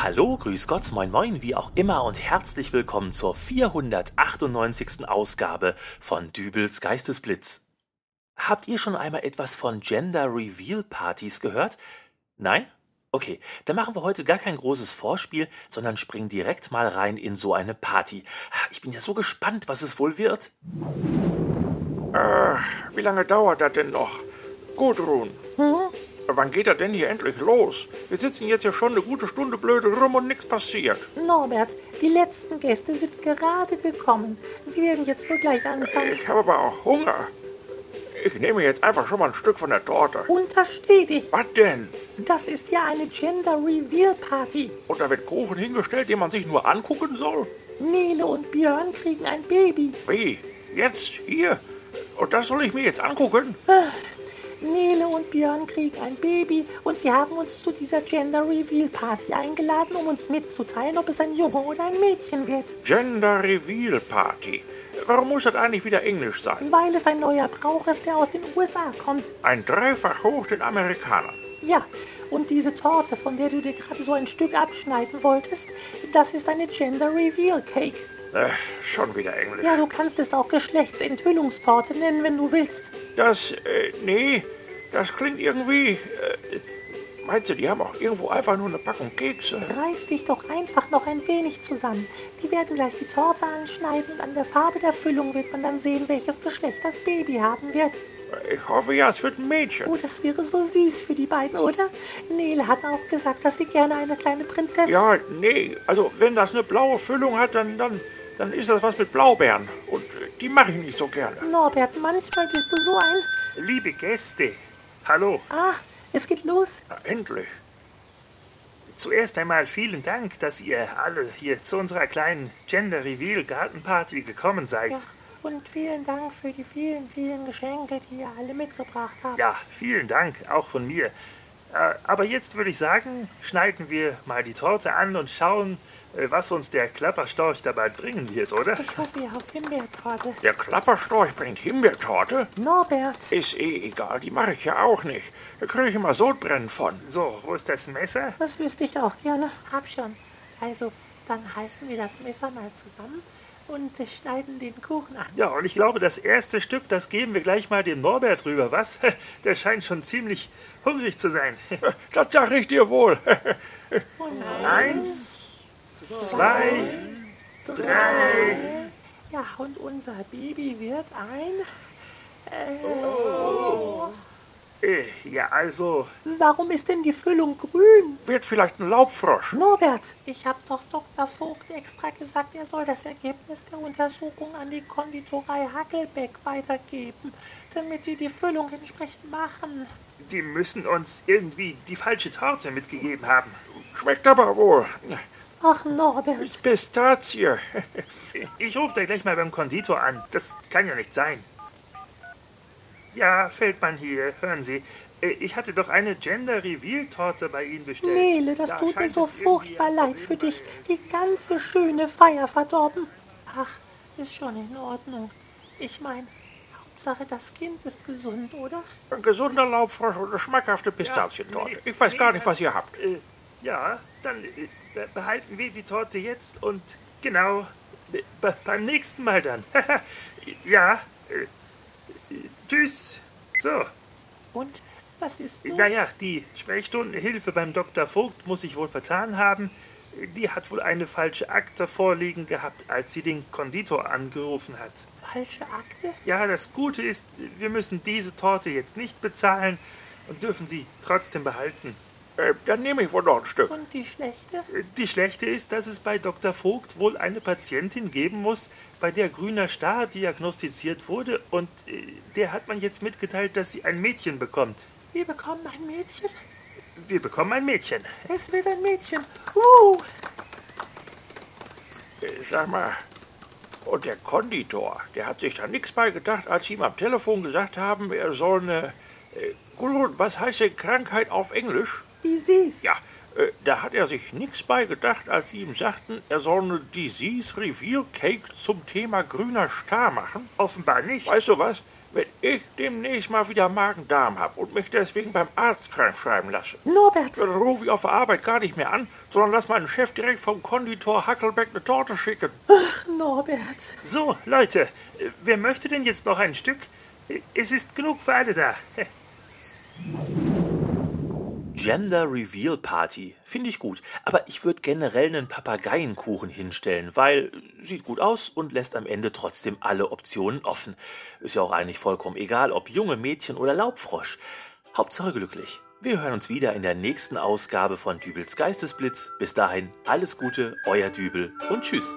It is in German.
Hallo, grüß Gott, moin moin, wie auch immer und herzlich willkommen zur 498. Ausgabe von Dübels Geistesblitz. Habt ihr schon einmal etwas von Gender Reveal Partys gehört? Nein? Okay, dann machen wir heute gar kein großes Vorspiel, sondern springen direkt mal rein in so eine Party. Ich bin ja so gespannt, was es wohl wird. Äh, wie lange dauert das denn noch? Gudrun, wann geht das denn hier endlich los? Wir sitzen jetzt ja schon eine gute Stunde blöde rum und nichts passiert. Norbert, die letzten Gäste sind gerade gekommen. Sie werden jetzt wohl gleich anfangen. Ich habe aber auch Hunger. Ich nehme jetzt einfach schon mal ein Stück von der Torte. Untersteh dich. Was denn? Das ist ja eine Gender Reveal Party. Und da wird Kuchen hingestellt, den man sich nur angucken soll? Nele und Björn kriegen ein Baby. Wie? Jetzt? Hier? Und das soll ich mir jetzt angucken? Nele und Björn kriegen ein Baby und sie haben uns zu dieser Gender Reveal Party eingeladen, um uns mitzuteilen, ob es ein Junge oder ein Mädchen wird. Gender Reveal Party. Warum muss das eigentlich wieder Englisch sein? Weil es ein neuer Brauch ist, der aus den USA kommt. Ein dreifach hoch den Amerikanern. Ja, und diese Torte, von der du dir gerade so ein Stück abschneiden wolltest, das ist eine Gender Reveal Cake. Äh, schon wieder Englisch. Ja, du kannst es auch Geschlechtsenthüllungstorte nennen, wenn du willst. Das, äh, nee, das klingt irgendwie. Äh, meinst du, die haben auch irgendwo einfach nur eine Packung Kekse? Reiß dich doch einfach noch ein wenig zusammen. Die werden gleich die Torte anschneiden und an der Farbe der Füllung wird man dann sehen, welches Geschlecht das Baby haben wird. Ich hoffe ja, es wird ein Mädchen. Oh, das wäre so süß für die beiden, oder? Nele hat auch gesagt, dass sie gerne eine kleine Prinzessin. Ja, nee, also wenn das eine blaue Füllung hat, dann, dann, dann ist das was mit Blaubeeren. Und äh, die mache ich nicht so gerne. Norbert, manchmal bist du so ein. Liebe Gäste, hallo. Ah, es geht los. Na, endlich. Zuerst einmal vielen Dank, dass ihr alle hier zu unserer kleinen Gender Reveal Gartenparty gekommen seid. Ja. Und vielen Dank für die vielen, vielen Geschenke, die ihr alle mitgebracht habt. Ja, vielen Dank, auch von mir. Äh, Aber jetzt würde ich sagen, schneiden wir mal die Torte an und schauen, äh, was uns der Klapperstorch dabei bringen wird, oder? Ich hoffe, ihr habt Himbeertorte. Der Klapperstorch bringt Himbeertorte? Norbert, Ist eh egal, die mache ich ja auch nicht. Da kriege ich immer Sodbrennen von. So, wo ist das Messer? das wüsste ich auch gerne. Hab schon. Also, dann halten wir das Messer mal zusammen und äh, schneiden den Kuchen an. Ja, und ich glaube, das erste Stück, das geben wir gleich mal dem Norbert rüber, was? Der scheint schon ziemlich hungrig zu sein. Das sage ich dir wohl. Eins, zwei, drei. Ja, und unser Baby wird ein. Äh, Ja, also, Warum ist denn die Füllung grün? Wird vielleicht ein Laubfrosch. Norbert, ich habe doch Dr. Vogt extra gesagt, er soll das Ergebnis der Untersuchung an die Konditorei Hackelbeck weitergeben, damit die die Füllung entsprechend machen. die müssen uns irgendwie die falsche Torte mitgegeben haben. Schmeckt aber wohl. Ach, Norbert, Ist Pistazie. Ich rufe da gleich mal beim Konditor an. Das kann ja nicht sein. Ja, Feldmann hier, hören Sie. äh, Ich hatte doch eine Gender Reveal Torte bei Ihnen bestellt. Nele, das Da tut mir scheint so es irgendwie furchtbar ein leid für Problem dich. Die ganze schöne Feier verdorben. Ach, ist schon in Ordnung. Ich meine, Hauptsache das Kind ist gesund, oder? Ein gesunder Laubfrosch und eine schmackhafte Pistazientorte. Ich weiß gar nicht, was ihr habt. Äh, ja, dann äh, be- behalten wir die Torte jetzt und genau be- be- beim nächsten Mal dann. ja, äh, äh, tschüss. So, Und was ist nun? naja, die Sprechstundenhilfe beim Dr. Vogt muss sich wohl vertan haben. Die hat wohl eine falsche Akte vorliegen gehabt, als sie den Konditor angerufen hat. Falsche Akte? Ja, das Gute ist, wir müssen diese Torte jetzt nicht bezahlen und dürfen sie trotzdem behalten. Äh, dann nehme ich wohl noch ein Stück. Und die schlechte? Die schlechte ist, dass es bei Dr. Vogt wohl eine Patientin geben muss, bei der grüner Star diagnostiziert wurde und äh, der hat man jetzt mitgeteilt, dass sie ein Mädchen bekommt. Wir bekommen ein Mädchen. Wir bekommen ein Mädchen. Es wird ein Mädchen. Uh, Äh, sag mal, und der Konditor, der hat sich da nichts bei gedacht, als sie ihm am Telefon gesagt haben, er soll eine... Äh, Gudrun, was heißt denn Krankheit auf Englisch? wie süß. Ja, Äh, Da hat er sich nichts bei gedacht, als sie ihm sagten, er soll eine Disease Reveal Cake zum Thema grüner Star machen. Offenbar nicht. Weißt du was? Wenn ich demnächst mal wieder Magen-Darm habe und mich deswegen beim Arzt krank schreiben lasse, Norbert, dann rufe ich auf der Arbeit gar nicht mehr an, sondern lass meinen Chef direkt vom Konditor Hackelbeck eine Torte schicken. ach Norbert. So, Leute, äh, wer möchte denn jetzt noch ein Stück? Äh, Es ist genug für alle da. Gender Reveal Party. Finde ich gut. Aber ich würde generell einen Papageienkuchen hinstellen, weil äh, sieht gut aus und lässt am Ende trotzdem alle Optionen offen. Ist ja auch eigentlich vollkommen egal, ob junge Mädchen oder Laubfrosch. Hauptsache glücklich. Wir hören uns wieder in der nächsten Ausgabe von Dübels Geistesblitz. Bis dahin alles Gute, euer Dübel und tschüss.